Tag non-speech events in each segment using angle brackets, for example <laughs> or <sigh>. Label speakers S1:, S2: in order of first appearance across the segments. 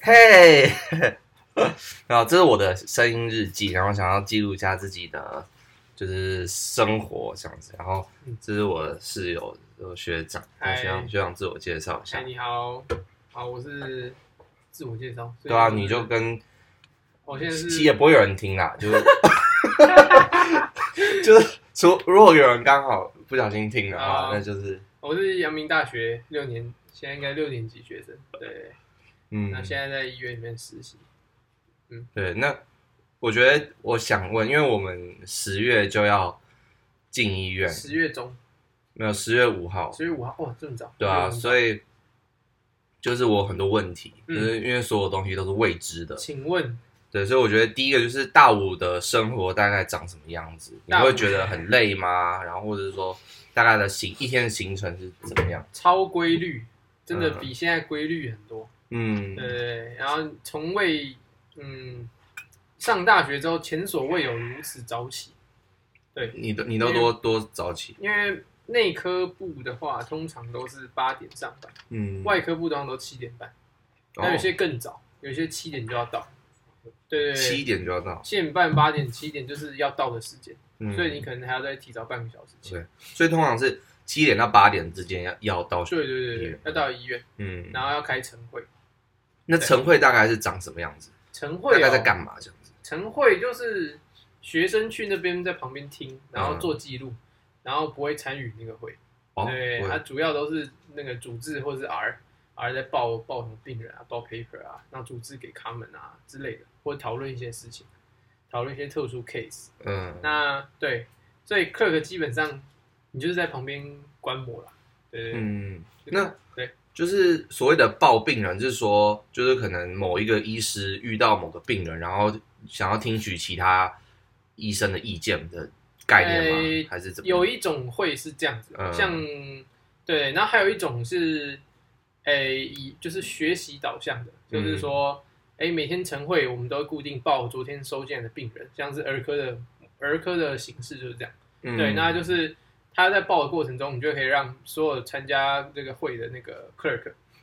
S1: 嘿， <laughs> 然后这是我的声音日记，然后想要记录一下自己的就是生活这样子。然后这是我的室友，我学长，我
S2: 嗨
S1: 学长学长自我介绍一下
S2: 哎嗨，。你好，好，我是自我介绍。所以
S1: 对啊，
S2: 我是
S1: 你就跟
S2: 我现在
S1: 其实也
S2: 是
S1: 不会有人听啦，
S2: <laughs>
S1: 就是就是除如果有人刚好不小心听的话，
S2: 啊
S1: 那就是
S2: 我是阳明大学六年，现在应该六年级学生。对，
S1: 嗯
S2: 那，现在在医院里面实习。
S1: 对。那我觉得我想问，因为我们十月就要进医院，
S2: 十月中，
S1: 没有十月五号，
S2: 十月五号，哇，这么早？
S1: 对啊，
S2: 以
S1: 所以就是我有很多问题，就
S2: 嗯
S1: 是因为所有东西都是未知的，
S2: 请问
S1: 对，所以我觉得第一个就是大五的生活大概长什么样子，你
S2: 大五
S1: 会觉得很累吗？然后或者是说大概的行一天的行程是怎么样？
S2: 超规律，真的
S1: 嗯
S2: 比现在规律很多。
S1: 嗯，
S2: 对，然后从未嗯上大学之后前所未有如此早起，
S1: 你都你都多多早起，
S2: 因为内科部的话通常都是八点上班，
S1: 嗯，
S2: 外科部通常都七点半，
S1: 哦
S2: 那有些更早，有些七点就要到。对对
S1: 七
S2: 对，
S1: 点就要到，
S2: 七点半、八点、七点就是要到的时间，
S1: 嗯，
S2: 所以你可能还要再提早半个小时起。
S1: 对所以通常是七点到八点之间要要到，
S2: 对对对对
S1: 嗯
S2: 对，要到医院，
S1: 嗯，
S2: 然后要开晨会。
S1: 那晨会大概是长什么样子？
S2: 晨会、
S1: 大
S2: 哦、
S1: 概在干嘛这样子？
S2: 晨会就是学生去那边在旁边听，然后做记录，然后不会参与那个会。
S1: 嗯哦，
S2: 对，啊
S1: 我
S2: 它、主要都是那个主治或是 R R 在报报什么病人啊，报 paper 啊，让主治给 comment 啊之类的，或者讨论一些事情，讨论一些特殊 case。
S1: 嗯，
S2: 那对，所以 clerk 基本上你就是在旁边观摩啦。对对对，
S1: 嗯，那
S2: 对
S1: 就是所谓的抱病人，就是说，就是可能某一个医师遇到某个病人，然后想要听取其他医生的意见的概念吗？
S2: 呃
S1: 还是怎么样？
S2: 有一种会是这样子，
S1: 嗯
S2: 像对，然后还有一种是，诶、以就是学习导向的，就是说，诶、每天晨会我们都会固定报昨天收进来的病人，像是儿科的儿科的形式就是这样。
S1: 嗯
S2: 对，那就是他在报的过程中，你就可以让所有参加这个会的那个 clerk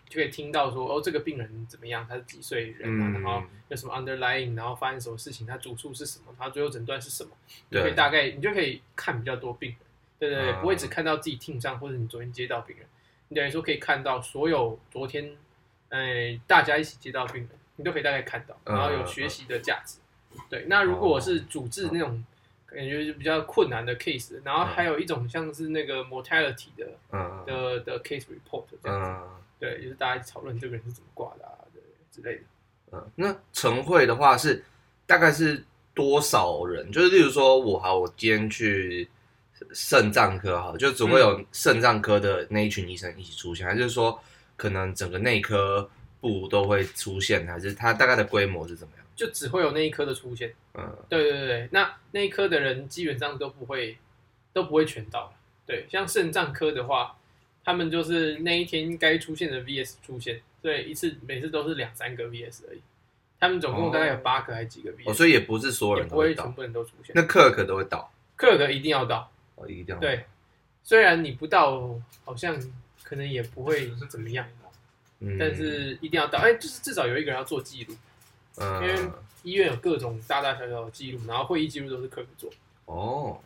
S2: 就可以听到说，哦，这个病人怎么样，他是几岁人啊，
S1: 嗯
S2: 然后有什么 underlying，然后发生什么事情，他主诉是什么，他最后诊断是什么，你
S1: 对
S2: 就可以大概你就可以看比较多病人，对对对，
S1: 嗯
S2: 不会只看到自己 team 上或者你昨天接到病人，你等于说可以看到所有昨天，呃，大家一起接到病人，你都可以大概看到，
S1: 嗯哦
S2: 然后有学习的价值。对，那如果我是主治那种感觉就比较困难的 case，然后还有一种像是那个 mortality 的
S1: 嗯嗯
S2: 的的 case report 这样子，
S1: 嗯
S2: 对，就是大家讨论这个人是怎么挂的啊，对之类的。
S1: 嗯，那晨会的话是大概是多少人？就是例如说我好，我今天去肾脏科好了，就只会有
S2: 嗯
S1: 肾脏科的那一群医生一起出现，还是说可能整个内科部都会出现，还是它大概的规模是怎么样？
S2: 就只会有那一科的出现，
S1: 嗯
S2: 对对对对，那那一科的人基本上都不会都不会全到，对，像肾脏科的话，他们就是那一天该出现的 VS 出现，对，一次每次都是两三个 VS 而已，他们总共大概有八个还几个 VS，、
S1: 哦，所以也不是所有
S2: 也
S1: 人
S2: 不
S1: 都会
S2: 会
S1: 到
S2: 全，部人都出现，
S1: 那 clerk 都会到，
S2: 克格一定要到，
S1: 哦，一定要到
S2: 对，，虽然你不到，好像可能也不会怎么样，
S1: 嗯
S2: 但是一定要到，哎，就是至少有一个人要做记录，
S1: 嗯
S2: 因为医院有各种大大小小的记录，然后会议记录都是克格做。
S1: 哦，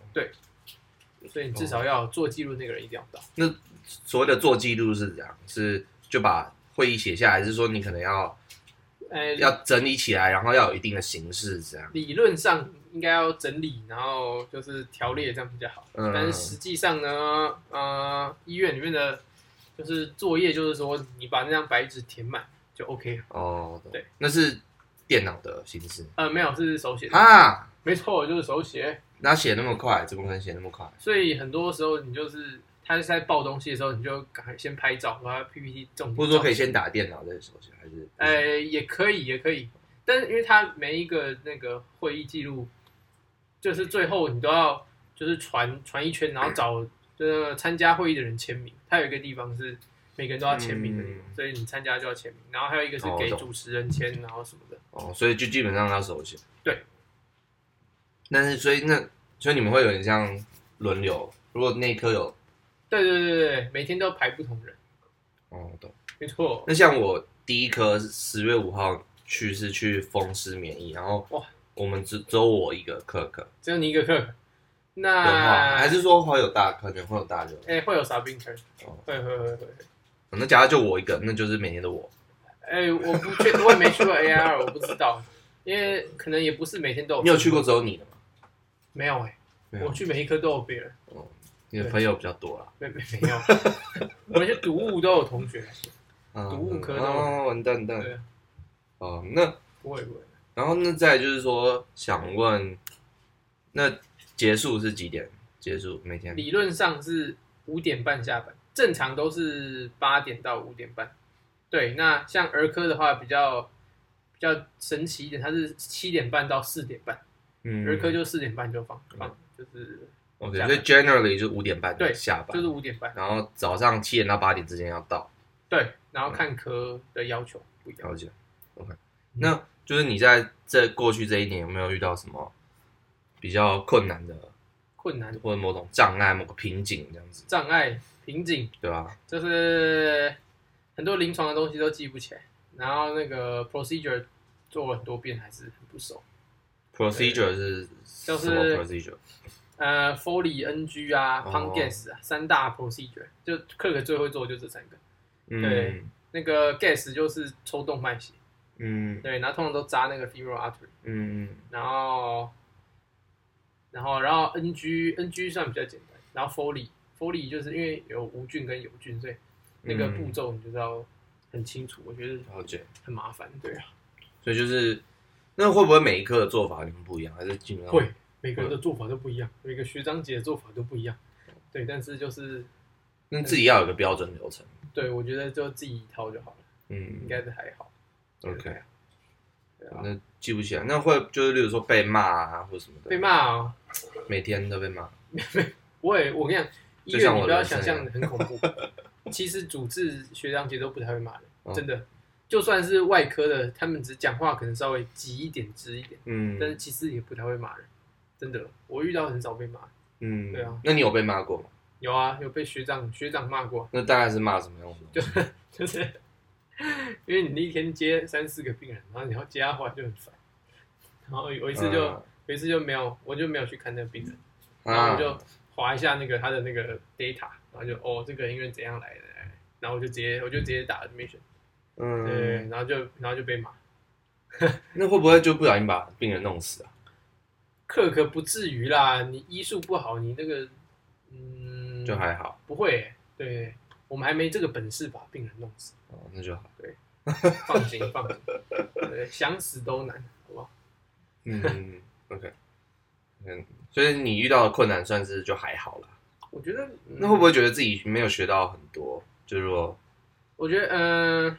S2: 所以你至少要有做记录那个人一定要到。
S1: 那所谓的做记录是怎样？是就把会议写下来，还是说你可能要？
S2: 哎、
S1: 要整理起来，然后要有一定的形式，这样。
S2: 理论上应该要整理，然后就是条列这样比较好。
S1: 嗯
S2: 但是实际上呢，呃，医院里面的就是作业，就是说你把那张白纸填满就 OK 了。
S1: 哦，
S2: 对，
S1: 那是电脑的形式
S2: 呃，没有，是手写的，
S1: 啊，
S2: 没错，就是手写。
S1: 哪写那么快？怎么可能写那么快？
S2: 所以很多时候你就是他是在报东西的时候，你就赶快先拍照，把它 PPT 重点照。
S1: 或者说可以先打电脑再手写，还是？
S2: 呃，也可以，也可以，但是因为它每一个那个会议记录，就是最后你都要就是传传一圈，然后找呃参加会议的人签名。它有一个地方是每个人都要签名的地方，
S1: 嗯
S2: 所以你参加就要签名。然后还有一个是
S1: 哦
S2: 给
S1: 懂
S2: 主持人签，然后什么的。
S1: 哦，所以就基本上要手写。
S2: 对。
S1: 但是，所以那所以你们会有点像轮流，如果那一科有，
S2: 对对对对对，每天都排不同人，
S1: 哦，懂。
S2: 没错。
S1: 那像我第一科十月五号去是去风湿免疫，然后
S2: 哇
S1: 我们只只有我一个客客
S2: 只有你一个客，
S1: 的话，
S2: 那
S1: 还是说会有大可能会有大流？
S2: 哎、会有啥病坑？
S1: 哦
S2: 会会会会。
S1: 那假如就我一个，那就是每天都我。
S2: 哎、我不确，我也没去过 AR，我不知道，因为可能也不是每天都有。
S1: 你有去过？只有你的吗？
S2: 没有哎、
S1: 没
S2: 我
S1: 有，
S2: 去每一科都有别人，
S1: 你的朋友比较多啦。
S2: 没没
S1: <laughs>
S2: 没有，我们去读物都有同学，
S1: 嗯
S2: 毒物科的
S1: 哦，完蛋蛋
S2: 对。啊
S1: 哦，那
S2: 不会不会，
S1: 然后那再来就是说，想问，那结束是几点？结束每天
S2: 理论上是五点半下班，正常都是八点到五点半。对，那像儿科的话比较比较神奇一点，它是七点半到四点半，
S1: 嗯
S2: 儿科就四点半就放
S1: 嗯
S2: 放，就是
S1: ，OK，
S2: 下
S1: 所
S2: 班
S1: 以 generally 就五点半
S2: 对
S1: 下班，
S2: 就是五点半，
S1: 然后早上七点到八点之间要到，
S2: 对，然后看科的要求不一样。
S1: 了解？OK，那就是你在这过去这一年有没有遇到什么比较困难的，
S2: 困难、
S1: 或者某种障碍、某个瓶颈这样子，
S2: 障碍、瓶颈，
S1: 对吧？
S2: 就是很多临床的东西都记不起来，然后那个 procedure 做了很多遍还是很不熟。
S1: Procedure 是什
S2: 就
S1: 么
S2: 是
S1: procedure？
S2: 呃，Foley、NG 啊、
S1: 哦
S2: p u n g a s 啊，三大 procedure，就 Kirk 最会做的就这三个。对
S1: 嗯
S2: 那个 gas 就是抽动脉血，
S1: 嗯
S2: 对，然后通常都扎那个 femoral artery，
S1: 嗯
S2: 然后，然后，然后 NG NG 算比较简单，然后 Foley Foley 就是因为有无菌跟有菌，所以那个
S1: 嗯
S2: 步骤你就知道很清楚，我觉得
S1: 了解。
S2: 很麻烦，对啊，
S1: 所以就是，那会不会每一科的做法你们不一样，还是基本上
S2: 会？每个人的做法都不一样，每个学长姐的做法都不一样，对，但是就是
S1: 那自己要有个标准流程。
S2: 对我觉得就自己一套就好了，
S1: 嗯
S2: 应该是还好。
S1: ，OK，
S2: 对啊
S1: 那记不起来，那会就是例如说被骂啊，或什么的，
S2: 被骂、哦，
S1: 每天都被骂。
S2: 我也我跟你讲，医
S1: 就
S2: 院
S1: 像
S2: 你
S1: 我
S2: 不
S1: 的
S2: 要
S1: 人生
S2: 想
S1: 一样
S2: 象得很恐
S1: <laughs>
S2: 怖。其实主治学长姐都不太会骂人，
S1: 哦
S2: 真的。就算是外科的，他们只讲话可能稍微急一点、直一点，但是
S1: 嗯
S2: 其实也不太会骂人，真的。我遇到很少被骂，
S1: 嗯，
S2: 对啊。
S1: 那你有被骂过吗？
S2: 有啊，有被学长学长骂过，
S1: 那大概是骂什么样的？
S2: 就是因为你一天接三四个病人，然后你要接他回来就很烦。然后有一次就、
S1: 嗯
S2: 有一次就没有，我就没有去看那个病人。然后
S1: 啊
S2: 我就划一下那个他的那个 data，然后就哦，这个人因为怎样来的，然后我就直接我就直接打 admission，对，
S1: 嗯，
S2: 然后就然后就被骂，
S1: 那会不会就不小心把病人弄死啊？
S2: 克可不至于啦，你医术不好，你那个嗯，
S1: 就还好，
S2: 不会、欸对我们还没这个本事把病人弄死，
S1: 哦，那就好。
S2: 放心
S1: <laughs>
S2: 放心，对，想死都难，好不好？
S1: 嗯，OK，嗯，所以你遇到的困难算是就还好啦。
S2: 我觉得、嗯
S1: 那会不会觉得自己没有学到很多？就是说，
S2: 我觉得，嗯、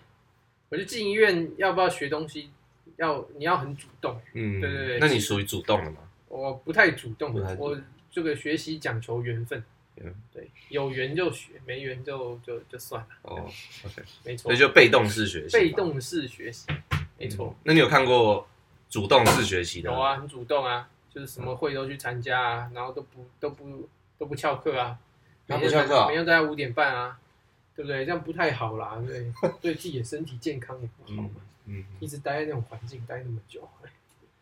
S2: 我觉得进医院要不要学东西，要你要很主动。
S1: 嗯，
S2: 对对对
S1: 那你属于主动的吗？
S2: 我不太主动
S1: 不太，主动
S2: 我这个学习讲求缘分
S1: 嗯。
S2: 对，有缘就学，没缘就就就算了，
S1: 哦，OK，
S2: 没错
S1: 所以。就被动式学习，
S2: 被动式学习，没错
S1: 嗯。。那你有看过主动式学习的？
S2: 有，啊，很主动啊，就是什么会都去参加啊，然后都不都不都不翘课啊，
S1: 啊
S2: 每
S1: 不
S2: 天
S1: 翘课啊
S2: 每天都在五点半啊，对不对？这样不太好啦，对， <laughs> 对自己的身体健康也不好嘛。
S1: 嗯，
S2: 一直待在那种环境待那么久，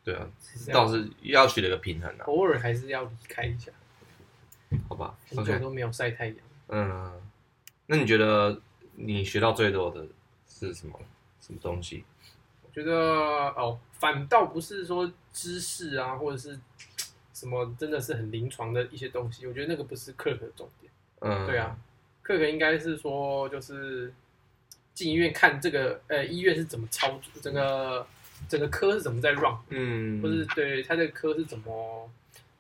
S1: 对啊，
S2: 是这样
S1: 倒是要取得一个平衡啊，
S2: 偶尔还是要离开一下，
S1: 好吧
S2: 很久
S1: ？OK，
S2: 都没有晒太阳。
S1: 嗯，那你觉得你学到最多的是什么？什么东西？
S2: 我觉得哦，反倒不是说知识啊，或者是什么真的是很临床的一些东西，我觉得那个不是课的重点。
S1: 嗯，
S2: 对啊，，课可应该是说就是进医院看这个呃医院是怎么操作，整个整个科是怎么在 run，
S1: 嗯，
S2: 或是对他这个科是怎么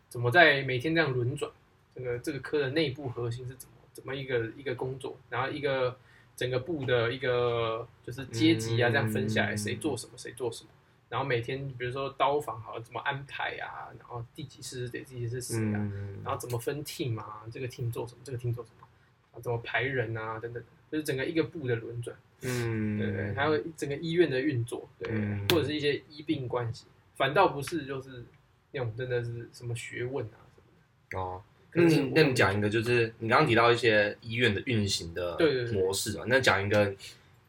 S2: 怎么在每天这样轮转，这个这个科的内部核心是怎么怎么一个一个工作，然后一个整个部的一个就是阶级啊，
S1: 嗯
S2: 这样分下来谁做什么谁做什么，然后每天比如说刀房好了怎么安排啊，然后第几师得第几师谁啊，
S1: 嗯，
S2: 然后怎么分 team 啊，这个 team 做什么，这个 team 做什么，然后怎么排人啊等等，就是整个一个部的轮转。
S1: 嗯，
S2: 对还有整个医院的运作，对，
S1: 嗯
S2: 或者是一些医病关系，反倒不是就是那种真的是什么学问啊什么
S1: 哦。
S2: 可
S1: 那
S2: 是
S1: 你
S2: 我
S1: 那你讲一个，就是你刚刚提到一些医院的运行的
S2: 对对对
S1: 模式嘛，那讲一个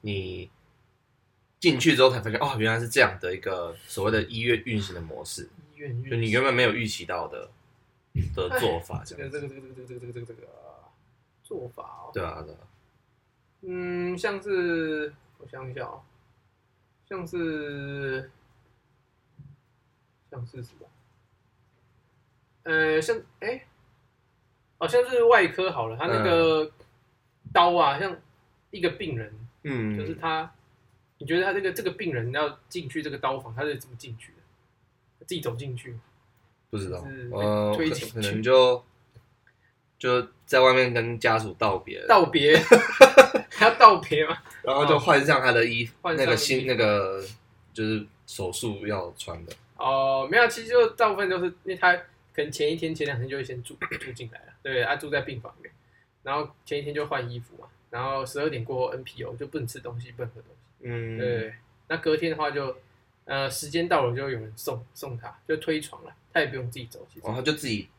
S1: 你进去之后才发现，哦，原来是这样的一个所谓的医院运行的模式，
S2: 医院
S1: 就你原本没有预期到的的做法，
S2: 啊
S1: 这
S2: 这个
S1: 样
S2: 哎这
S1: 子。
S2: 个这个这个这个这个这个这个呃做法哦，
S1: 对啊，对啊，
S2: 嗯，像是我想一下哦，像是像是什么？呃，像哎、好像是外科好了，他
S1: 嗯
S2: 那个刀啊，像一个病人，
S1: 嗯，
S2: 就是他，你觉得他这个这个病人要进去这个刀房，他是怎么进去的？他自己走进去，
S1: 不知道
S2: 就是，
S1: 呃，
S2: 推
S1: 可
S2: 进
S1: 可
S2: 去
S1: 能就就在外面跟家属道别，
S2: 道别， <laughs> 他道别嘛，
S1: 然后就换上他的衣服，
S2: 换上
S1: 那个
S2: 衣
S1: 新
S2: 服
S1: 那个就是手术要穿的，
S2: 哦，没有，其实就大部分都是因为他可能前一天、前两天就会先住住进来了，对，他、住在病房里面，然后前一天就换衣服嘛，然后十二点过后 NPO 就不能吃东西，不能喝东西，
S1: 嗯，
S2: 对，那隔天的话就呃时间到了就有人送送他，就推床了，他也不用自己走，其实
S1: 然后就自己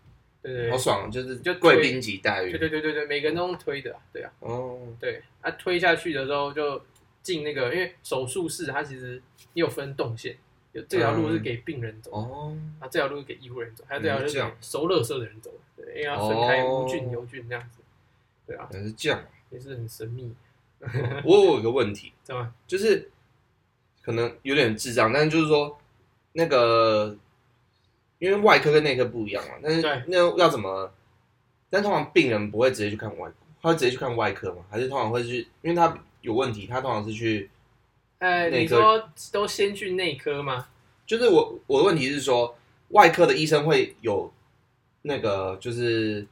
S2: 对对
S1: 好
S2: 对
S1: 爽，就是
S2: 就
S1: 贵
S2: 推
S1: 宾级待
S2: 对
S1: 遇，
S2: 对对对对，每个人都用推的啊，对啊，
S1: 哦，
S2: 对，他、推下去的时候就进那个，因为手术室它其实也有分动线，有这条路是给病人走的。
S1: 嗯哦，
S2: 啊，这条路给医护人走，还有这条
S1: 嗯
S2: 路
S1: 这样哦
S2: 给收垃圾的人走，对，因为要分开无菌、有菌这样子，对啊，
S1: 原来是这样。 <laughs>
S2: 也是很神秘，
S1: 我有一个问题，
S2: 对吧？
S1: 就是可能有点智障，但是就是说那个，因为外科跟内科不一样嘛，但是
S2: 对
S1: 那要怎么？但通常病人不会直接去看外科，他会直接去看外科嘛？还是通常会去，因为他有问题，他通常是去。
S2: 呃，
S1: 内
S2: 你
S1: 科
S2: 说都先去内科吗？
S1: 就是我我的问题是说，外科的医生会有那个就是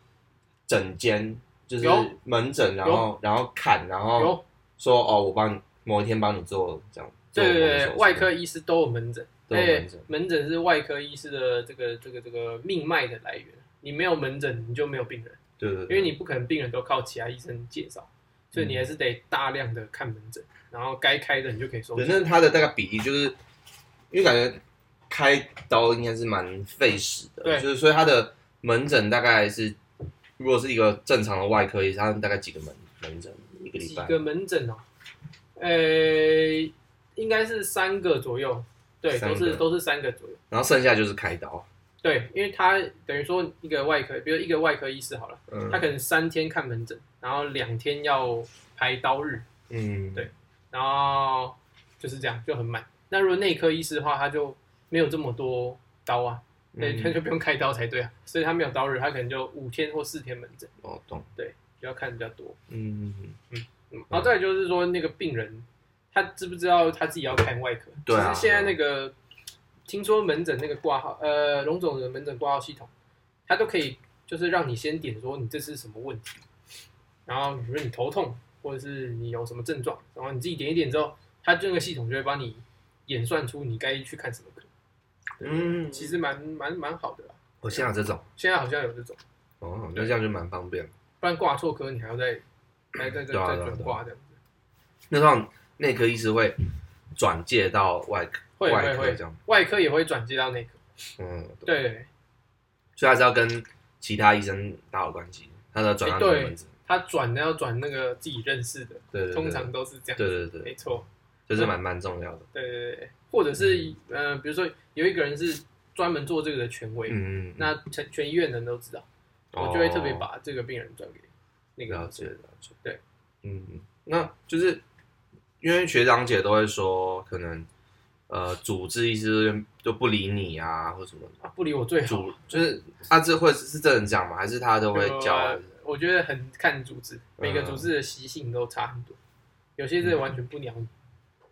S1: 诊间，就是
S2: 有
S1: 门诊，然后然后看，然后
S2: 有，
S1: 说哦，我帮你某一天帮你做这样。做
S2: 对对
S1: 某个手
S2: 对，
S1: 术
S2: 外科医哎师都有门诊，
S1: 都有
S2: 对
S1: 门诊
S2: 门诊是外科医师的这个这个这个命脉的来源，你没有门诊你就没有病人，
S1: 对对
S2: 因
S1: 对，
S2: 为你不可能病人都靠其他医生介绍，所以你还是得大量的看门诊，然后该开的你就可以收
S1: 对，
S2: 钱，
S1: 那他的大概比例就是，因为感觉开刀应该是蛮费时的，
S2: 对
S1: 就是所以他的门诊大概是，如果是一个正常的外科医生，他大概几个门门诊一个礼
S2: 几
S1: 拜，
S2: 个门诊哦，呃，应该是三个左右，对，
S1: 三
S2: 都
S1: 个
S2: 是都是三个左右，
S1: 然后剩下就是开刀，
S2: 对，因为他等于说一个外科，比如一个外科医师好了，
S1: 嗯
S2: 他可能三天看门诊，然后两天要排刀日，
S1: 嗯，
S2: 对然后就是这样，就很满。那如果内科医师的话，他就没有这么多刀啊，对，
S1: 嗯
S2: 他就不用开刀才对啊，所以他没有刀日，他可能就五天或四天门诊，
S1: 我哦懂，
S2: 就要看比较多。
S1: 嗯。
S2: 嗯，然后再来就是说那个病人，他知不知道他自己要看外科？
S1: 对啊
S2: 其实现在那个听说门诊那个挂号，呃，龙总的门诊挂号系统，它都可以就是让你先点说你这是什么问题，然后比如你头痛，或者是你有什么症状，然后你自己点一点之后，它这个系统就会帮你演算出你该去看什么科，
S1: 嗯，
S2: 其实蛮蛮蛮好的啦。
S1: 我现在有这种
S2: 现在好像有这种，
S1: 哦，那这样就蛮方便。
S2: 不然挂错科你还要再再再再
S1: 对啊
S2: 再
S1: 对啊
S2: 转
S1: 对啊
S2: 挂这样子。
S1: 那让内科医师会转介到外科，
S2: 会
S1: 外
S2: 会
S1: 科
S2: 会
S1: 这样，，
S2: 外科也会转接到内科。
S1: 嗯，，
S2: 对，
S1: 所以还是要跟其他医生打好关系，他才转到
S2: 哎
S1: 你
S2: 对
S1: 的门诊。
S2: 他转的要转那个自己认识的，
S1: 对对对，
S2: 通常都是这样。
S1: 对对对
S2: 没
S1: 对，
S2: 错，
S1: 就是蛮蛮重要的。
S2: 对对对，或者是呃，比如说有一个人是专门做这个的权威，
S1: 嗯嗯，嗯哦
S2: 那全全医院的人都知道，我就会特别把这个病人转给那个
S1: 了
S2: 人
S1: 解了解，
S2: 对，
S1: 嗯，嗯那就是因为学长姐都会说，可能呃，主治医师就不理你啊，或什么的，
S2: 啊，不理我最好
S1: 主。 <laughs> 就是他这会是真的这样吗？还是他都会嗯
S2: 呃
S1: 教？
S2: 我觉得很看组织，每个组织的习性都差很多，有些是完全不鸟你，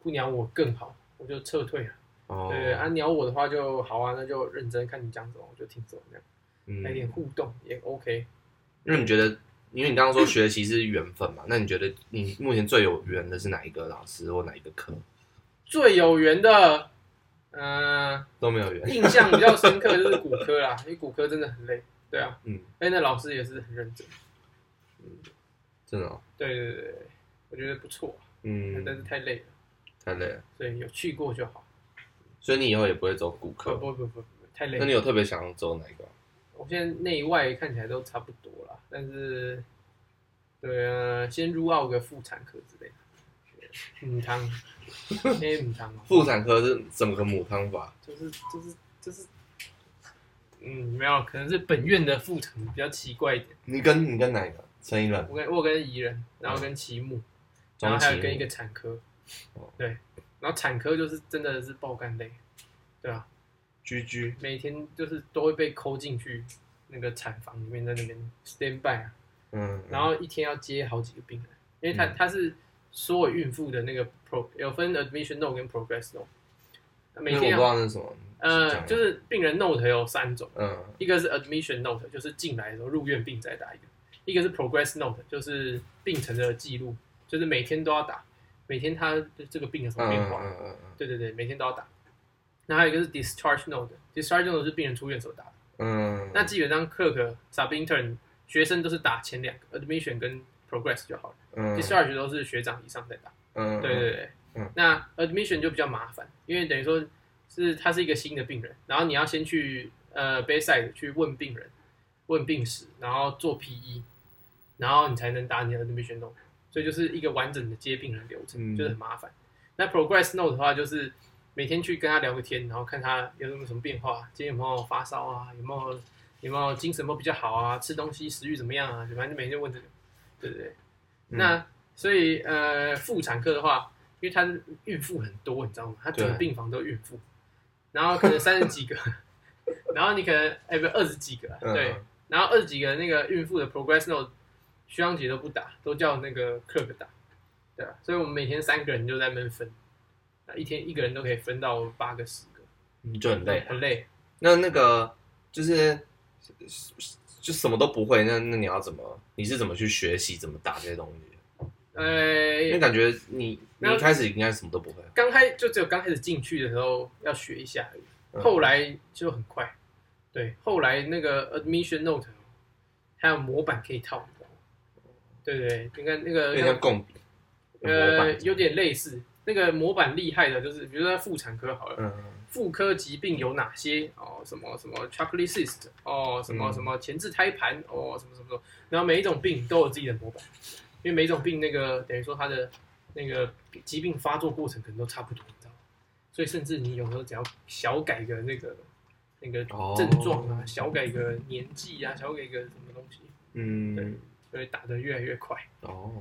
S2: 不鸟我更好，我就撤退了。
S1: 哦，
S2: 对啊，鸟我的话就好啊，那就认真看你讲什么，我就听什么，这样
S1: 嗯
S2: 来点互动也 OK。
S1: 那你觉得，因为你刚刚说学习是缘分嘛，那你觉得你目前最有缘的是哪一个老师或哪一个科？
S2: 最有缘的，嗯、
S1: 都没有缘。
S2: 印象比较深刻就是骨科啦，因为骨科真的很累，对啊，
S1: 嗯，
S2: 哎，那老师也是很认真，
S1: 真的、哦，
S2: 对对对对，我觉得不错，啊
S1: 嗯，
S2: 但是太累了，
S1: 太累了，
S2: 所以有去过就好。
S1: 所以你以后也不会走骨
S2: 不
S1: 科。
S2: 不不不，不太累
S1: 那你
S2: 了。
S1: 有特别想要走哪一个？
S2: 我现在内外看起来都差不多
S1: <laughs>
S2: 啦，但是，对啊，先入奥个妇产科之类的，母汤，那母汤嘛，哦
S1: 妇产科是怎么个母汤法？
S2: 就是就是就是，嗯，没有，可能是本院的妇产比较奇怪一点。
S1: 你跟你跟哪一个？陈一人，
S2: 我跟我跟宜人，然后跟齐木，然后还有跟一个产科
S1: 哦，
S2: 对，然后产科就是真的是爆肝累，对啊，
S1: 居居，
S2: 每天就是都会被抠进去那个产房里面，在那边 stand by 啊，
S1: 嗯，
S2: 然后一天要接好几个病人，因为他
S1: 嗯
S2: 他是所有孕妇的那个 pro 有分 admission note 跟 progress note，每
S1: 因为我
S2: 天
S1: 不知道
S2: 要
S1: 那是什么，
S2: 呃就是病人 note 有三种。
S1: 嗯
S2: 一个是 admission note，就是进来的时候入院病再打一个；一个是 progress note，就是病程的记录，就是每天都要打，每天他这个病有什么
S1: 嗯
S2: 变
S1: 嗯
S2: 化。
S1: 嗯嗯嗯
S2: 对对对，每天都要打。那还有一个是 discharge note，discharge note 是病人出院时候打的。
S1: 嗯，
S2: 那基本上 clerk、subintern 学生都是打前两个 admission 跟 progress 就好了、
S1: 嗯
S2: d i s c h a r g e 都是学长以上在打。
S1: 嗯
S2: 对对对，
S1: 嗯
S2: 那 admission 就比较麻烦，因为等于说是他是一个新的病人，然后你要先去呃 bedside 去问病人，问病史，然后做 PE，然后你才能打你的 admission note，所以就是一个完整的接病人流程，
S1: 嗯
S2: 就是很麻烦。那 progress note 的话，就是每天去跟他聊个天，然后看他有什么什么变化，今天有没有发烧啊，有没有有没有精神有没有比较好啊，吃东西食欲怎么样啊，反正每天就问这个，对对对。
S1: 嗯
S2: 那所以呃，妇产科的话，因为它是孕妇很多，你知道吗？它整个
S1: 对
S2: 病房都孕妇，然后可能三十几个， <laughs> 然后你可能哎、不二十几个啊，
S1: 嗯
S2: 对，然后二十几个那个孕妇的 progress note，徐阳姐都不打，都叫那个 clerk 打，对啊，所以我们每天三个人就在那边分，啊一天一个人都可以分到八个十个，
S1: 嗯就很累。
S2: 很累。
S1: 那那个就是就什么都不会，那那你要怎么？你是怎么去学习怎么打这些东西？因为
S2: 呃，
S1: 感觉你你
S2: 那
S1: 一开始应该什么都不会。
S2: 刚开就只有刚开始进去的时候要学一下而已。
S1: 嗯
S2: 后来就很快，对，后来那个 admission note 还有模板可以套，你知道吗？对对，对你看那
S1: 有点像
S2: 个
S1: 共笔，模
S2: 呃
S1: 板，
S2: 有点类似。那个模板厉害的就是，比如说在妇产科好了，
S1: 嗯
S2: 妇科疾病有哪些？哦，什么什么 chocolate cyst，哦，什么
S1: 嗯
S2: 什么前置胎盘，哦，什么什么什么，然后每一种病都有自己的模板，因为每一种病那个等于说它的那个疾病发作过程可能都差不多，你知道吗？所以甚至你有时候只要小改个那个那个
S1: 哦
S2: 症状啊，小改个年纪啊，小改个什么东西，
S1: 嗯
S2: 对所以打得越来越快。
S1: 哦，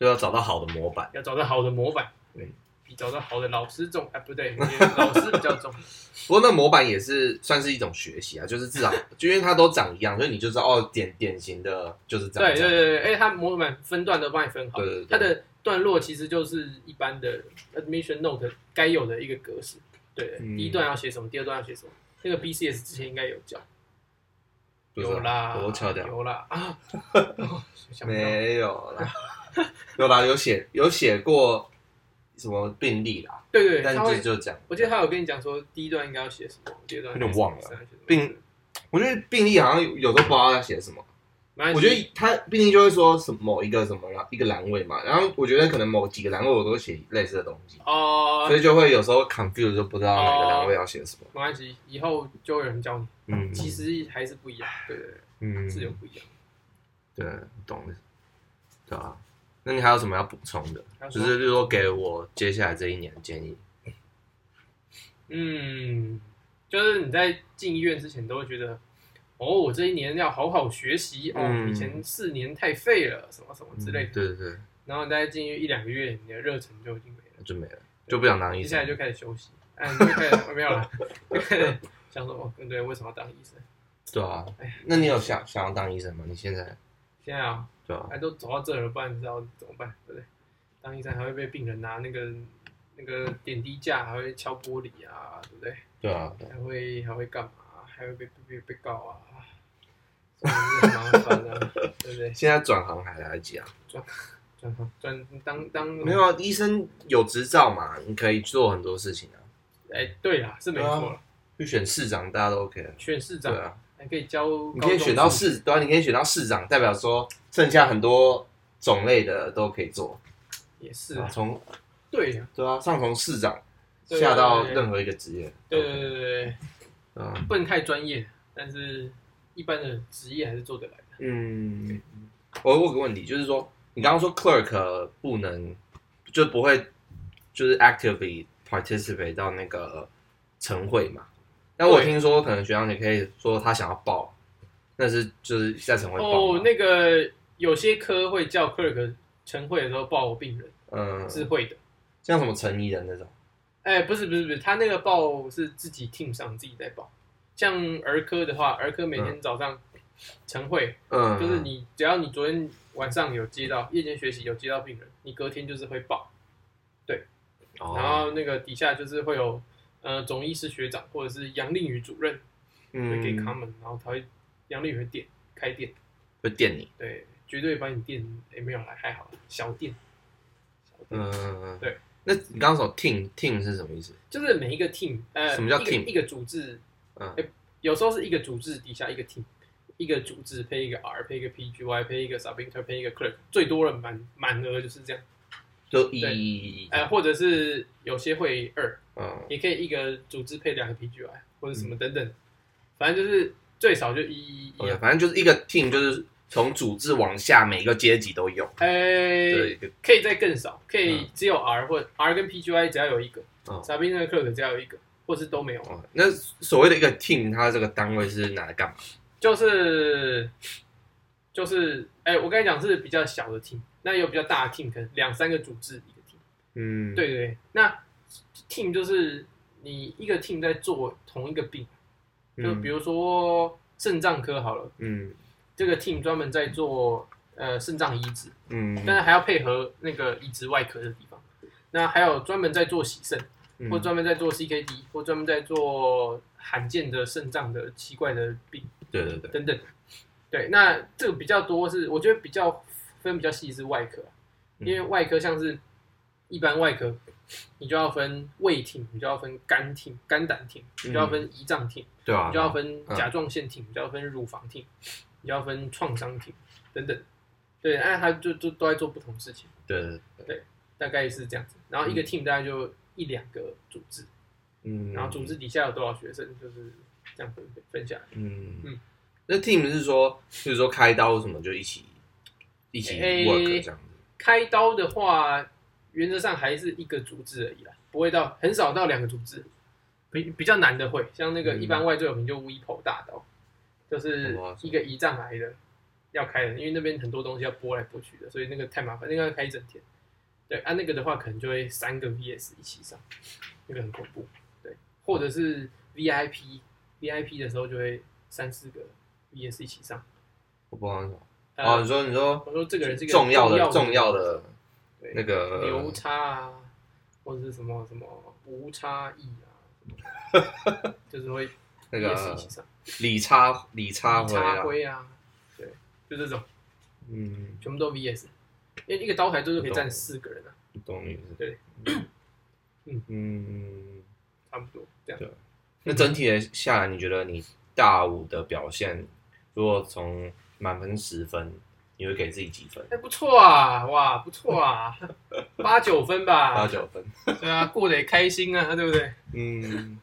S1: 就要找到好的模板。
S2: 要找到好的模板，
S1: 对，
S2: 比找到好的老师重，哎、不对，因为老师比
S1: <laughs>
S2: 较重要。
S1: 不过那模板也是算是一种学习啊，就是至
S2: <laughs>
S1: 少就因为它都长一样，所以你就知道哦，典典型的就是这样。
S2: 对对对对，哎、它模板分段都帮你分好，
S1: 对对对
S2: 它的段落其实就是一般的 admission note 该有的一个格式。对，
S1: 嗯
S2: 第一段要写什么，第二段要写什么，那个 BCS 之前应该有教，
S1: 不是啊
S2: 有啦，
S1: 我敲掉
S2: 有啦
S1: <laughs>
S2: 啊，哦想不到，
S1: 没有啦， <laughs> 有啦，有写有写过什么病例啦，
S2: 对对对，
S1: 但
S2: 他
S1: 是
S2: 会，
S1: 就讲，
S2: 我记得他有跟你讲说，第一段应该要写什么，第二段
S1: 有点忘了
S2: 第三段写什么
S1: 并我觉得病例好像有有时候不知道要写什么。
S2: 没关系
S1: 我觉得他病例就会说什么某一个什么，然后一个栏位嘛，然后我觉得可能某几个栏位我都写类似的东西，
S2: 哦，
S1: 所
S2: 没
S1: 以就会有时候 confuse 就不知道哪个栏位要写什么。
S2: 关系，以后就会有人教你，
S1: 嗯，
S2: 哦其实还是不一样，对对对，
S1: 嗯，
S2: 是有不一样。
S1: 对，懂的，对啊。那你还有什么要补充的？
S2: 还有什
S1: 就
S2: 么
S1: 是就是说给我接下来这一年的建议。
S2: 嗯，就是你在进医院之前都会觉得，哦，我这一年要好好学习哦，
S1: 嗯
S2: 以前四年太废了，什么什么之类的。
S1: 嗯对对对，
S2: 然后你大概进去一两个月，你的热忱就已经没了，
S1: 就没了，就不想当医
S2: 接
S1: 生。
S2: 下来就开始休息，哎，你就开始没
S1: <laughs>
S2: 有了，就开始想说，哦，对，为什么要当医生？
S1: 对啊
S2: 哎呀。
S1: 那你有想想要当医生吗？你现在
S2: 现在啊，
S1: 对啊，
S2: 哎，都走到这了，不然你知道怎么办，对不对？当医生还会被病人拿那个那个点滴架，还会敲玻璃啊，对不对？
S1: 对啊，对啊
S2: 还会还会干嘛？还会被被被被告啊，所以很麻烦啊，对不对？
S1: 现在转行还来得及啊。
S2: 转行转当当
S1: 没有，啊，医生有执照嘛，你可以做很多事情啊。
S2: 哎，对啦，是没错啦，
S1: 去选市长，大家都 OK 啊。
S2: 选市
S1: 对
S2: 长
S1: 啊，
S2: 还可以教高中
S1: 你
S2: 生，
S1: 可以选到市，对啊，你可以选到市长，代表说剩下很多种类的都可以做。
S2: 也是啊，
S1: 从
S2: 对呀，
S1: 对啊，上从市长
S2: 对
S1: 下到
S2: 对
S1: 任何一个职业。
S2: 对对对对对，
S1: 嗯
S2: 不能太专业，但是一般的职业还是做得来的。
S1: 嗯，我我有个问题就是说，你刚刚说 clerk 不能就不会就是 actively participate 到那个晨会嘛。但我
S2: 对
S1: 听说可能学长姐可以说他想要报，那是就是在晨会报
S2: 哦
S1: 嘛，
S2: 那个有些科会叫 clerk 晨会的时候报病人，
S1: 嗯，
S2: 是会的。
S1: 像什么陈怡人那种，
S2: 哎，不是不是不是，他那个报是自己 team 上自己在报。像儿科的话，儿科每天早上晨会，
S1: 嗯，
S2: 就是你只要你昨天晚上有接到夜间学习有接到病人，你隔天就是会报。
S1: 哦，
S2: 然后那个底下就是会有呃总医师学长或者是杨令宇主任会给
S1: 嗯，
S2: comment，、然后他会杨令宇会点开店，
S1: 会电你，
S2: 对，绝对把你店也、没有来还好，小店，小店
S1: 嗯，
S2: 对。
S1: 那你刚刚说 team team 是什么意思？
S2: 就是每一个 team，呃，
S1: 什么叫
S2: 一个
S1: team？
S2: 一个组织，
S1: 嗯
S2: 哎有时候是一个组织底下一个 team，一个组织配一个 R，配一个 PGY，配一个 subinter，配一个 clerk，最多人满满额就是这样，
S1: 就一
S2: 对
S1: 一一，
S2: 呃，或者是有些会二，
S1: 嗯，
S2: 也可以一个组织配两个 PGY 或者什么等等，反正就是最少就一一一
S1: OK，
S2: 啊。
S1: 反正就是一个 team，就是从主治往下每个阶级都有。
S2: 哎、
S1: 对，一个
S2: 可以再更少，可以
S1: 嗯
S2: 只有 R 或 R 跟 PGY 只要有一个
S1: 哦
S2: ，Sabina Clerk 只要有一个，或是都没有，
S1: 哦，那所谓的一个 team，它这个单位是拿来干嘛？
S2: 就是就是哎、我刚才讲是比较小的 team，那有比较大的 team，可能两三个组织一个 team。
S1: 嗯，
S2: 对，对对，那 team 就是你一个 team 在做同一个病，就比
S1: 如，
S2: 如说肾脏科好了。
S1: 嗯
S2: 这个 team 专门在做呃肾脏移植，
S1: 嗯，
S2: 但是还要配合那个移植外科的地方。那还有专门在做洗肾，
S1: 嗯
S2: 或专门在做 CKD，或专门在做罕见的肾脏的奇怪的病
S1: 对对对，
S2: 等等。对，那这个比较多是，我觉得比较分比较细是外科啊，
S1: 嗯
S2: 因为外科像是一般外科，你就要分胃 team，你就要分肝 team、肝胆 team，你就要分胰脏 team，
S1: 对嗯啊，
S2: 你就要分甲状腺挺，你就要分乳房挺，你就要分创伤挺等等。对，那他就就都在做不同事情，
S1: 对对，对
S2: 大概是这样子。然后一个 team 大概就一两个组织，
S1: 嗯，
S2: 然后组织底下有多少学生，就是这样分分下来。
S1: 嗯
S2: 嗯
S1: 那 team 是说，就是说开刀什么就一起一起
S2: 诶
S1: work 这样子，
S2: 哎开刀的话，原则上还是一个组织而已啦，不会到很少到两个组织，比比较难的会，像那个
S1: 嗯
S2: 一般外最有名就 WIPO 大刀，就是
S1: 哇塞
S2: 一个胰脏癌的要开的，因为那边很多东西要拨来拨去的，所以那个太麻烦，那个要开一整天。对，啊按、那个的话，可能就会三个 VS 一起上，那个很恐怖。对，或者是 VIP，VIP 的时候就会三四个 VS 一起上。
S1: 我不知道是什么。
S2: 呃
S1: 哦，你说你说
S2: 我说这个人是一个
S1: 重要
S2: 的
S1: 的重要的
S2: 对
S1: 那个
S2: 流差啊，或者是什么什么无差异啊，什么的就是会
S1: <laughs> 那
S2: 也是一
S1: 个
S2: 起上
S1: 理差理差回
S2: 插
S1: 来，
S2: 灰啊，对，就这种
S1: 嗯，
S2: 全部都 VS，因为一个刀台最多可以
S1: 我
S2: 站
S1: 懂
S2: 四个人啊，
S1: 懂你意思，
S2: 对，
S1: 嗯嗯。
S2: 差不多这样。
S1: 那整体的下来，你觉得你大五的表现，如果从满分十分，你会给自己几分？
S2: 哎，不错啊，哇，不错啊，八九分
S1: 八
S2: 吧，
S1: 九分。
S2: 对啊，过得也开心啊，对不对？
S1: 嗯，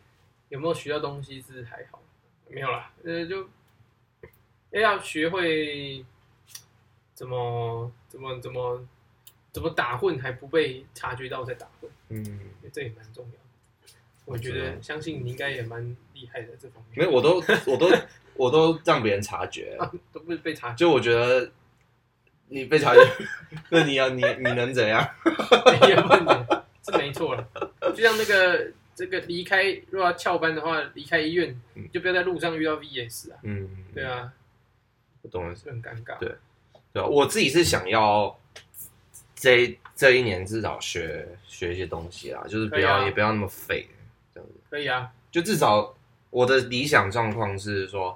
S2: 有没有学到东西是还好，没有啦，呃，就哎要学会怎么怎么怎么怎么打混，还不被察觉到在打混，
S1: 嗯，
S2: 这也蛮重要的。我
S1: 我
S2: 觉
S1: 觉
S2: 得
S1: 得
S2: 相信你应该也蛮厉害的这方面，
S1: 没有，我都 <laughs> 我都我都让别人察觉，
S2: 啊， <laughs> 都被被察觉，
S1: 就我觉得你被 <laughs> 察觉，那你要你你能怎样？
S2: 也不能是没错了。就像那个这个离开，如果要翘班的话，离开医院
S1: 嗯
S2: 就不要在路上遇到 VS 啊，
S1: <laughs> 嗯，
S2: 对，啊，
S1: 我懂了。
S2: 就很尴尬。
S1: 对对啊，我自己是想要这这一年至少学学一些东西啦，就是不要、
S2: 可以啊
S1: 也不要那么废，这样子。
S2: 可以啊，
S1: 就至少我的理想状况是说，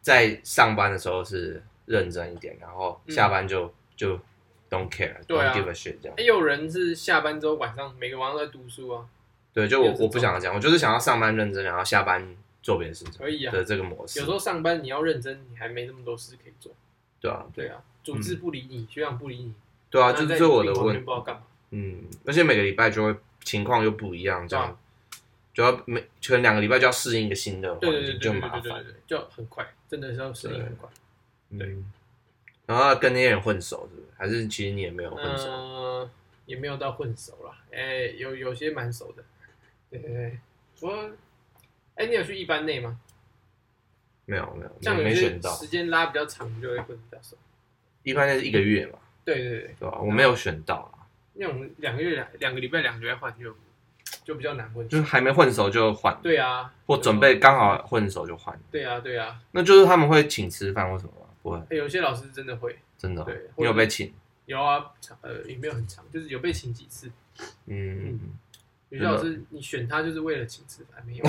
S1: 在上班的时候是认真一点，然后下班就、就 don't care，
S2: 嗯对啊
S1: don't give a shit 这样
S2: 也。有人是下班之后晚上每个晚上都在读书啊，
S1: 对，就我
S2: 有这种
S1: 我不想要这样，我就是想要上班认真，然后下班做别的事情
S2: 可以啊
S1: 的这个模式。
S2: 有时候上班你要认真，你还没那么多事可以做。
S1: 对啊，
S2: 对啊，组织不理你，学长不理你，
S1: 对啊，
S2: 那
S1: 就
S2: 在
S1: 是我的
S2: 病房
S1: 问
S2: 边不知道干嘛。
S1: 嗯，而且每个礼拜就会情况又不一样，这
S2: 对啊
S1: 样就要每可能两个礼拜就要适应一个新的环
S2: 对对对
S1: 境，
S2: 对
S1: 就
S2: 对
S1: 麻
S2: 对对
S1: 烦。
S2: 对，就很快，真的是要适应很快。
S1: 嗯，然后要跟那些人混熟，是不是？还是其实你也没有混熟？
S2: 嗯，也没有到混熟啦，哎、有有些蛮熟的。对对对，我，哎、你有去一班内吗？
S1: 没有没有，
S2: 像
S1: 没
S2: 有
S1: 没
S2: 些
S1: 选到，
S2: 时间拉比较长，就会混比较熟。
S1: 一般是一个月嘛，
S2: 对对对，
S1: 对吧？我没有选到啊，
S2: 那种两个月两两个礼拜两个礼拜换就就比较难混。
S1: 就是还没混熟就换，
S2: 对啊，
S1: 或准备刚好混熟就换，
S2: 对啊对啊，
S1: 那就是他们会请吃饭或什么吗？不会，
S2: 哎、有些老师真的会，
S1: 真的哦
S2: 对，
S1: 你有被请？
S2: 有啊，长呃也没有很长，就是有被请几次。
S1: 嗯，
S2: 有些老师你选他就是为了请吃饭，没有。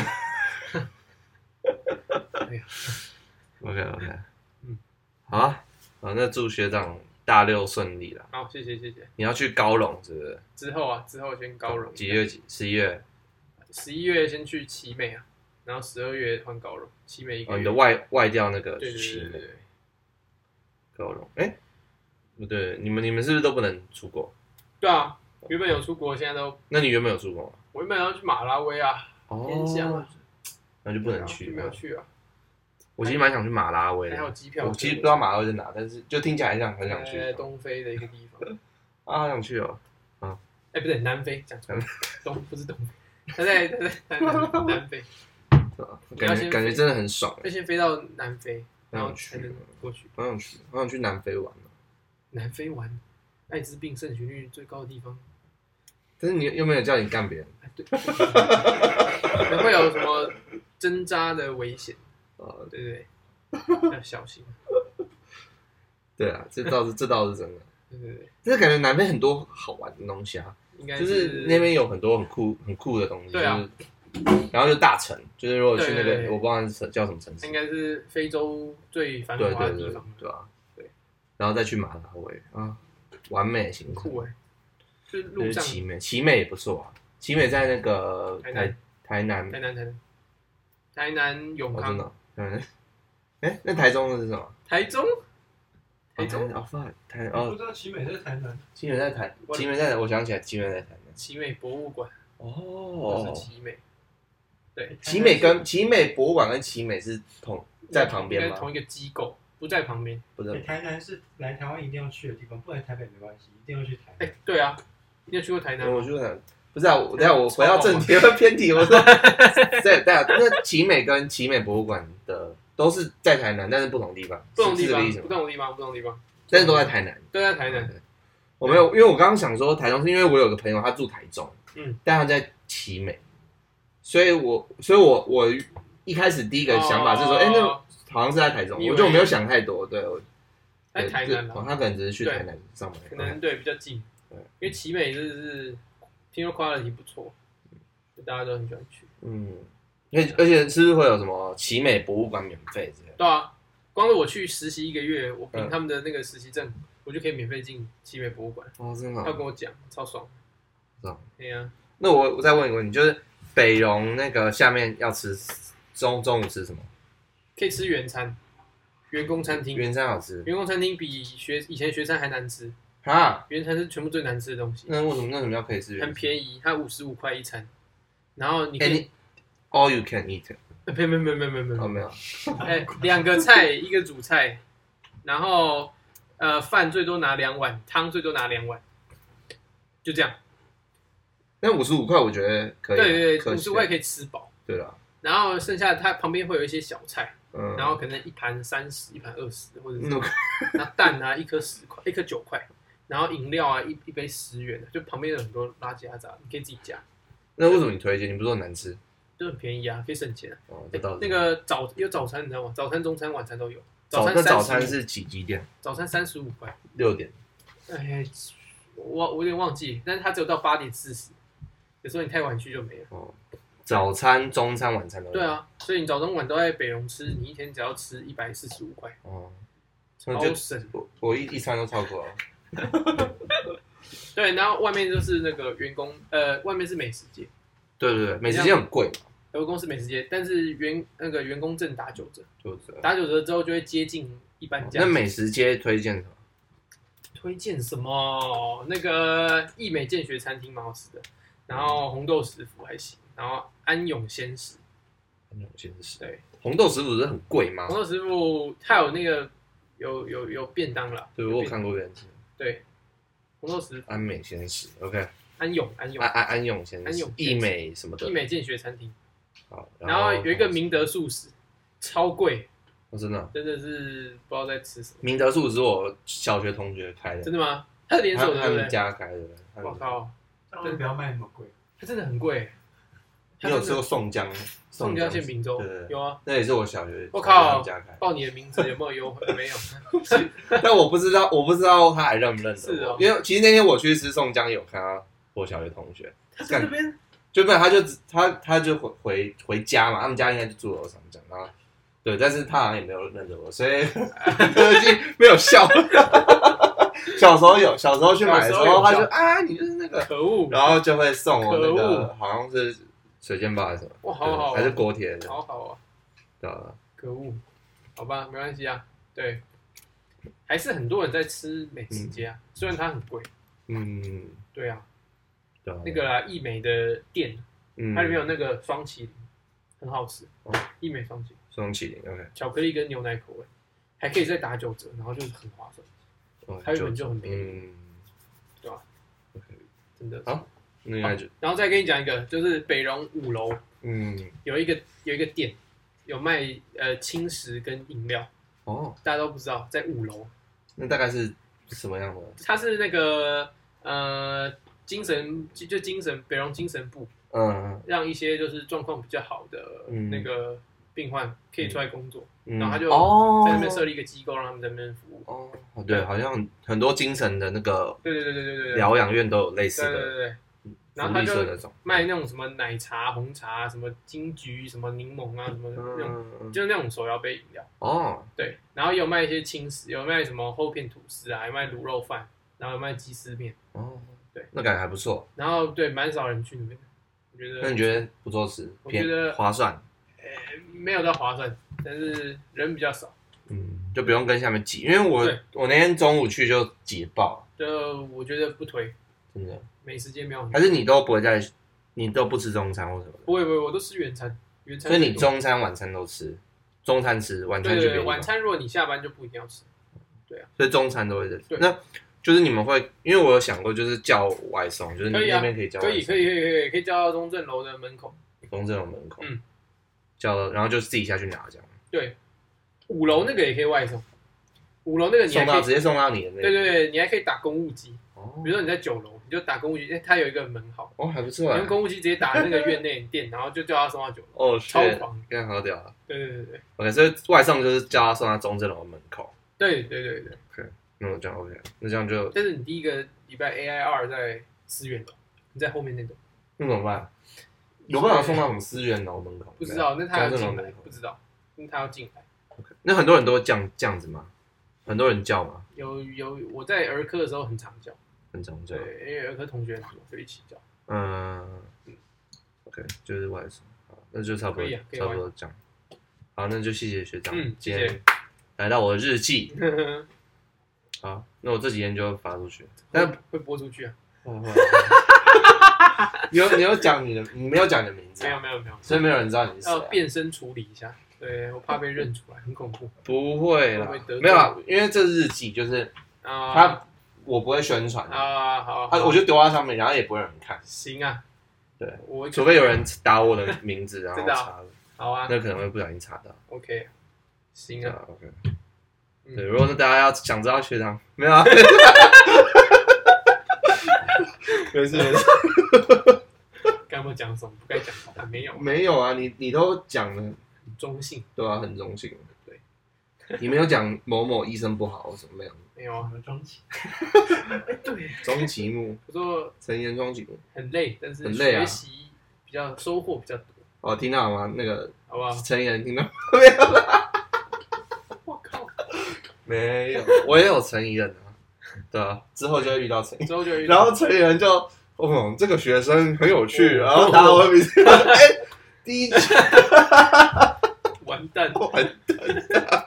S1: OK OK，
S2: 嗯
S1: 好啊，好，那祝学长大六顺利啦！
S2: 好，谢谢谢谢。
S1: 你要去高雄是不是？
S2: 之后啊，之后先高荣，
S1: 几月几？十一月？
S2: 十一月先去奇美啊，然后十二月换高荣，奇美一
S1: 哦，
S2: 个
S1: 你
S2: 月。
S1: 的外外调那个
S2: 对对
S1: 期
S2: 对
S1: 末
S2: 对对，
S1: 高雄？哎、不对，你们你们是不是都不能出国？
S2: 对啊，原本有出国，现在都
S1: 那你原本有出国吗？
S2: 我原本要去马拉维啊，偏向啊，
S1: 那就不能
S2: 对啊
S1: 去
S2: 就没有去啊，
S1: 我其实蛮想去马拉维
S2: 还有
S1: 的，
S2: 机票，哎
S1: 我其实不知道马拉维在哪，但是就听起来很想很想去啊
S2: 在东非的一个地方。
S1: 啊，好想去哦。
S2: 哎，不对，南非讲错了，东不是东非，他在他在他在南南非，
S1: 啊感觉
S2: 要先
S1: 感觉
S2: 飞
S1: 真的很爽哎
S2: 要，先飞到南非，然后
S1: 嗯
S2: 才能过去。
S1: 好想去，好想去南非玩哦
S2: 南非玩艾滋病盛行率最高的地方，
S1: 但是你又没有叫你干别人，
S2: 哎对，可能会有什么针扎的危险，
S1: 呃，
S2: 对不对？要小心，
S1: 对啊，这倒是这倒是真的。
S2: 对对对，
S1: 就是感觉南非很多好玩的东西啊，
S2: 应该
S1: 就是那边有很多很酷很酷的东西，
S2: 对啊
S1: 就是，然后就大城，就是如果去那个
S2: 对对对
S1: 我不知道是叫什么城市
S2: 应，该是非洲最繁
S1: 对
S2: 华
S1: 对
S2: 的地
S1: 对
S2: 方，
S1: 对啊，
S2: 对，
S1: 然后再去马拉维啊，完美行程，
S2: 酷哎，就是路
S1: 就是
S2: 上
S1: 奇美，奇美也不错啊，奇美在那个
S2: 台
S1: 台
S2: 南
S1: 台南
S2: 台，南台南台南永
S1: 哦
S2: 康
S1: 真的哦，嗯，哎，那台中的是什么？
S2: 台中台中
S1: 哦台哦，台
S3: 不
S1: 哦，
S3: 知道奇美在台南，
S1: 奇美在台，
S2: 我
S1: 奇美在，我想起来，奇美在台南，
S2: 奇美博物馆就是
S1: 哦，
S2: 奇美，对，
S1: 奇美跟奇美博物馆跟奇美是同在旁边
S2: 应该
S1: 吗
S2: 同？一个机构，不在旁边。
S1: 不
S3: 对
S1: 是，
S3: 台南是来台湾一定要去的地方，不来台北没关系，一定要去台
S2: 哎
S3: 南。，
S2: 对啊，你有去过台南吗？
S1: 我就想，不是啊，我等下我回到正题会偏题，我说，对对啊，那奇美跟奇美博物馆的都是在台南，但是不同地方，
S2: 不同
S1: 嗯是是
S2: 地
S1: 这个
S2: 方
S1: 意思，
S2: 不
S1: 吗？哦
S2: 同地方，不同地方，
S1: 但是都在台南。
S2: 都在台南。
S1: 我没有，因为我刚刚想说台中，是因为我有个朋友他住台中，
S2: 嗯，
S1: 但他在奇美，所以我，所以我，我一开始第一个想法是说，
S2: 哦
S1: 哎、那好像是在台中，
S2: 你以
S1: 我
S2: 为
S1: 就没有想太多，对，我
S2: 在台南
S1: 哦
S2: 啦，
S1: 他可能只是去台南上班，
S2: 可能对比较近，
S1: 嗯对
S2: 因为奇美真的是听说 quality 不错，就大家都很喜欢去。
S1: 嗯，而且而且是不是会有什么奇美博物馆免费之类的？
S2: 对啊，光是我去实习一个月，我凭
S1: 嗯
S2: 他们的那个实习证，我就可以免费进奇美博物馆。
S1: 哦，真的
S2: 他跟
S1: 哦、
S2: 我讲，超爽。
S1: 是啊
S2: 对呀，
S1: 那我我再问一个问题，就是北荣那个下面要吃中中午吃什么？
S2: 可以吃原餐，员工餐厅，
S1: 原餐好吃
S2: 员工餐厅比学以前学餐还难吃，
S1: 啊？
S2: 原餐是全部最难吃的东西，
S1: 那为什么那为什么要可以吃原餐？
S2: 很便宜，它五十五块一餐，然后你可
S1: 哎、
S2: 以
S1: 你 all you can eat
S2: 呃，没没没没没没
S1: 哦
S2: 没，
S1: 没有
S2: 哎，两个菜一个主菜，然后呃饭最多拿两碗，汤最多拿两碗，就这样。
S1: 那五十五块我觉得可以，啊
S2: 对对
S1: 可
S2: 对，
S1: 以
S2: 五十块可以吃饱，
S1: 对了，
S2: 然后剩下它旁边会有一些小菜，
S1: 嗯，
S2: 然后可能一盘三十，一盘二十，或者是
S1: 那
S2: 那蛋啊一颗十块，一颗九块，然后饮料啊一一杯十元的，就旁边有很多垃圾啊杂，你可以自己加，
S1: 那为什么你推荐？你不是说难吃？
S2: 就很便宜啊，可以省钱啊。
S1: 哦，这
S2: 哎
S1: 倒是
S2: 那个早有早餐你知道吗？早餐、中餐、晚餐都有。
S1: 早
S2: 餐
S1: 那早
S2: 35
S1: 餐是几几点？
S2: 早餐三十五块。
S1: 六点。
S2: 哎，我我有点忘记，但是他只有到八点四十，有时候你太晚去就没了。
S1: 哦，早餐、中餐、晚餐都有
S2: 对。啊，所以你早中晚都在北荣吃，你一天只要吃一百四十五块，
S1: 哦，那
S2: 超
S1: 就
S2: 省。
S1: 我我一一餐都超过了。啊
S2: 对，然后外面就是那个员工，呃，外面是美食街，
S1: 对对对，美食街很贵嘛，
S2: 有个公司美食街，但是员那个员工证打九折，
S1: 就是这样。
S2: 打九折之后就会接近一般价。
S1: 哦那美食街推荐什么？
S2: 推荐什么？那个益美健学餐厅蛮好吃的，然后红豆食府还行，然后安永鲜食，
S1: 那我先试。
S2: 对，
S1: 红豆食府是很贵吗
S2: 红？豆食府它有那个有有有便当啦，
S1: 对，
S2: 有
S1: 我有
S2: 便
S1: 看过别人吃。
S2: 对，红豆石
S1: 安美先食，OK，
S2: 安永安永
S1: 安安安永先
S2: 安
S1: 食
S2: 永，
S1: 益美什么的
S2: 益，美健学餐厅，
S1: 好，
S2: 然后有一个明德素食，超贵，
S1: 哦，真的啊
S2: 真的是不知道在吃什么。
S1: 明德素是我小学同学开的，
S2: 真的吗？它是连
S1: 他
S2: 锁的，
S1: 他
S2: 对不
S1: 们
S2: 对？
S1: 家开的，他
S2: 我
S1: 们
S2: 靠，
S3: 当然不要卖那么贵。
S2: 它真的很贵。
S1: 你有吃过宋江？
S2: 宋江馅
S1: 饼，
S2: 饼粥
S1: 对对？对
S2: 有啊，
S1: 那也是我小学
S2: 我靠
S1: 他们家开的，
S2: 报你的名字有没有优惠？没有，
S1: 但我不知道，我不知道他还认不认得
S2: 是哦
S1: 我，因为其实那天我去吃宋江，有看到我小学同学，
S2: 他 <laughs> 在那边
S1: 就没有，他就只他他就回回回家嘛，他们家应该就住楼上这样，然后对，但是他好像也没有认得我，所
S2: <laughs>
S1: 以已经没有笑。 <laughs> 小时候有，小时候去买的时
S2: 小时
S1: 候，
S2: 候有
S1: 他就
S2: 笑
S1: 啊，你就是那个，
S2: 可恶！
S1: 然后就会送我那
S2: 可
S1: 个，好像是水煎包还是什么，
S2: 哇，好
S1: 对
S2: 好哦，
S1: 还是锅贴的，
S2: 好好啊，
S1: 对吧？
S2: 可恶！好吧，没关系啊。对，还是很多人在吃美食街啊，虽然它很贵。
S1: 嗯，
S2: 对啊，
S1: 对吧？
S2: 那个啦，益美的店，
S1: 哦嗯，
S2: 它里面有那个双麒麟，很好吃
S1: 哦。
S2: 益美双麒麟，
S1: 双麒麟，OK，
S2: 巧克力跟牛奶口味，还可以再打九折，然后就是很划算，
S1: 哦
S2: 它原本就很便宜。
S1: 嗯，啊
S2: 对吧
S1: ？OK，
S2: 真的。
S1: 好那应该就
S2: 然后再跟你讲一个，就是北荣五楼
S1: 嗯，
S2: 有一个有一个店，有卖呃轻食跟饮料，
S1: 哦，
S2: 大家都不知道，在五楼，
S1: 那大概是什么样的？
S2: 它是那个呃精神就就精神北荣精神部，
S1: 嗯
S2: 让一些就是状况比较好的
S1: 嗯
S2: 那个病患可以出来工作，
S1: 嗯，
S2: 然后他就
S1: 哦
S2: 在那边设立一个机构，让他们在那边服务。
S1: 哦，对，好像很多精神的那个
S2: 对对对对对对对，
S1: 疗养院都有类似
S2: 对对
S1: 的
S2: 对对，
S1: 嗯福
S2: 然后他
S1: 利社
S2: 就
S1: 那种
S2: 卖那种什么奶茶、红茶、什么金桔、什么柠檬啊，什么那种，
S1: 嗯
S2: 就是那种手摇杯饮料。
S1: 哦，
S2: 对，然后有卖一些轻食，有卖什么厚片吐司啊，有卖卤肉饭，然后有卖鸡丝面，
S1: 哦，
S2: 对，
S1: 那感觉还不错。
S2: 然后对，蛮少人去那边的。我觉得，
S1: 那你觉得不错吃，
S2: 我觉得
S1: 便划算，
S2: 呃没有到划算，但是人比较少，
S1: 嗯，就不用跟下面挤，因为我
S2: 对
S1: 我那天中午去就挤爆，
S2: 就我觉得不推，
S1: 真的。
S2: 美食街没有很
S1: 还。是你都不会在，你都不吃中餐或什么的，
S2: 不会不会，我都吃原餐，原餐
S1: 所以你
S2: 最多
S1: 中餐晚餐都吃，中餐吃，晚
S2: 对
S1: 餐去
S2: 对
S1: 别
S2: 对，
S1: 的地
S2: 晚
S1: 方，
S2: 餐如果你下班就不一定要吃，
S1: 所以中餐都会在
S2: 对。
S1: 那就是你们会，因为我有想过，就是叫外送，就是你
S2: 可以啊
S1: 那边可以叫外
S2: 可
S1: 送，
S2: 以可以可以可以可以叫到中正楼的门口，
S1: 从这种门口，
S2: 嗯
S1: 叫了，然后就自己下去拿，这样
S2: 五楼那个也可以外送，五楼那个你
S1: 送
S2: 还可
S1: 到
S2: 以，
S1: 直接送到你的那，
S2: 对对，对，你还可以打公务机，
S1: 哦
S2: 比如说你在九楼，你就打公务机，因为它有一个门号。
S1: 哦还不错
S2: 你
S1: 啊
S2: 用，公务机直接打那个院内店，然后就叫他送到九楼，
S1: 哦
S2: 超
S1: 是，
S2: 狂！
S1: 这样好屌啊
S2: 对对对对
S1: ，OK，所以外送就是叫他送到中正楼门口，
S2: 对对对对。
S1: 那我这样 OK，那这样就
S2: 但是你第一个礼拜 AIR 在思源楼，你在后面那栋，
S1: 那怎么办？有办法送到我们思源楼门口？
S2: 不知道，那他要
S1: 中正
S2: 进
S1: 楼
S2: 来
S1: 门口，
S2: 不知道，那他要进来。
S1: 那很多人都会这样这样子吗？很多人叫吗？
S2: 有有，我在儿科的时候很常叫，
S1: 很常叫
S2: 对，，因为儿科同学很多，就一起
S1: <laughs>
S2: 叫。
S1: 嗯，OK，就是外送，好，那就差不多，
S2: 可以啊可以
S1: 差不多这样。好，那就谢谢学长，
S2: 嗯
S1: 今
S2: 谢谢
S1: 天来到我的日记，好，那我这几天就发出去。但
S2: 会会播出去啊？
S1: <laughs> 你有你有讲你的，你没有讲你的名字
S2: 没有
S1: 啊，
S2: 没有没有，
S1: 所以没有人知道你是谁
S2: 要
S1: 啊。
S2: 变身处理一下。对我怕被认出来，很恐怖
S1: 不会啦
S2: 会不会得，罪
S1: 没有啦，因为这日记就是
S2: 啊！
S1: 它，我不会宣传啊，
S2: 啊，好，
S1: 啊，我就丢在上面，然后也不会有人 <laughs> 看，
S2: 行啊。
S1: 对，
S2: 我
S1: 除非有人打我的啊名字， <laughs> 然后
S2: 真的啊
S1: 查，
S2: 好啊
S1: 那可能会不小心查到。
S2: ，OK，行
S1: 对
S2: 啊，
S1: 啊，OK。
S2: 嗯
S1: 对，如果是大家要想知道学长，没有啊，没事没事，
S2: 该不讲什么，不该讲什么，没有，
S1: <laughs> 没有啊，你你都讲了，
S2: 很中性，
S1: 对啊，很荣幸，
S2: 对，
S1: 你没有讲某某医生不好什么样，
S2: 没有啊。
S3: 我中期
S2: 对，
S1: 中崎木，
S2: 我说
S1: 成员中崎木，
S2: 很累，但是
S1: 很累啊
S2: 学习比较收获比较多，
S1: 哦，听到了吗？那个
S2: 好不好？
S1: 成员听到
S2: <laughs> 我靠，
S1: 没有？我也有成员啊，对啊，之后就会遇到成员，
S2: 之后就有一
S1: 然后成员就，嗯，这个学生很有
S2: 嗯
S1: 趣，然后打我比赛，哎，第一句
S2: 完蛋，
S1: 完蛋了。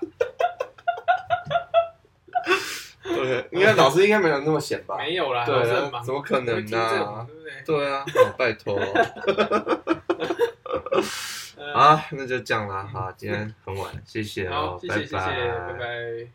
S1: OK，应该老师应该没有那么闲吧？
S2: 没有啦，
S1: 对
S2: 老师很
S1: 啊，
S2: 忙，
S1: 怎么可
S2: 会
S1: 能
S2: 听
S1: 呢、
S2: 这种对不对？
S1: 对啊，拜
S2: <laughs>
S1: 托
S2: 呃，
S1: 啊，那就这样啦。好，今天很晚，谢谢
S2: 好
S1: 哦，，
S2: 谢谢谢谢，
S1: 拜
S2: 拜拜。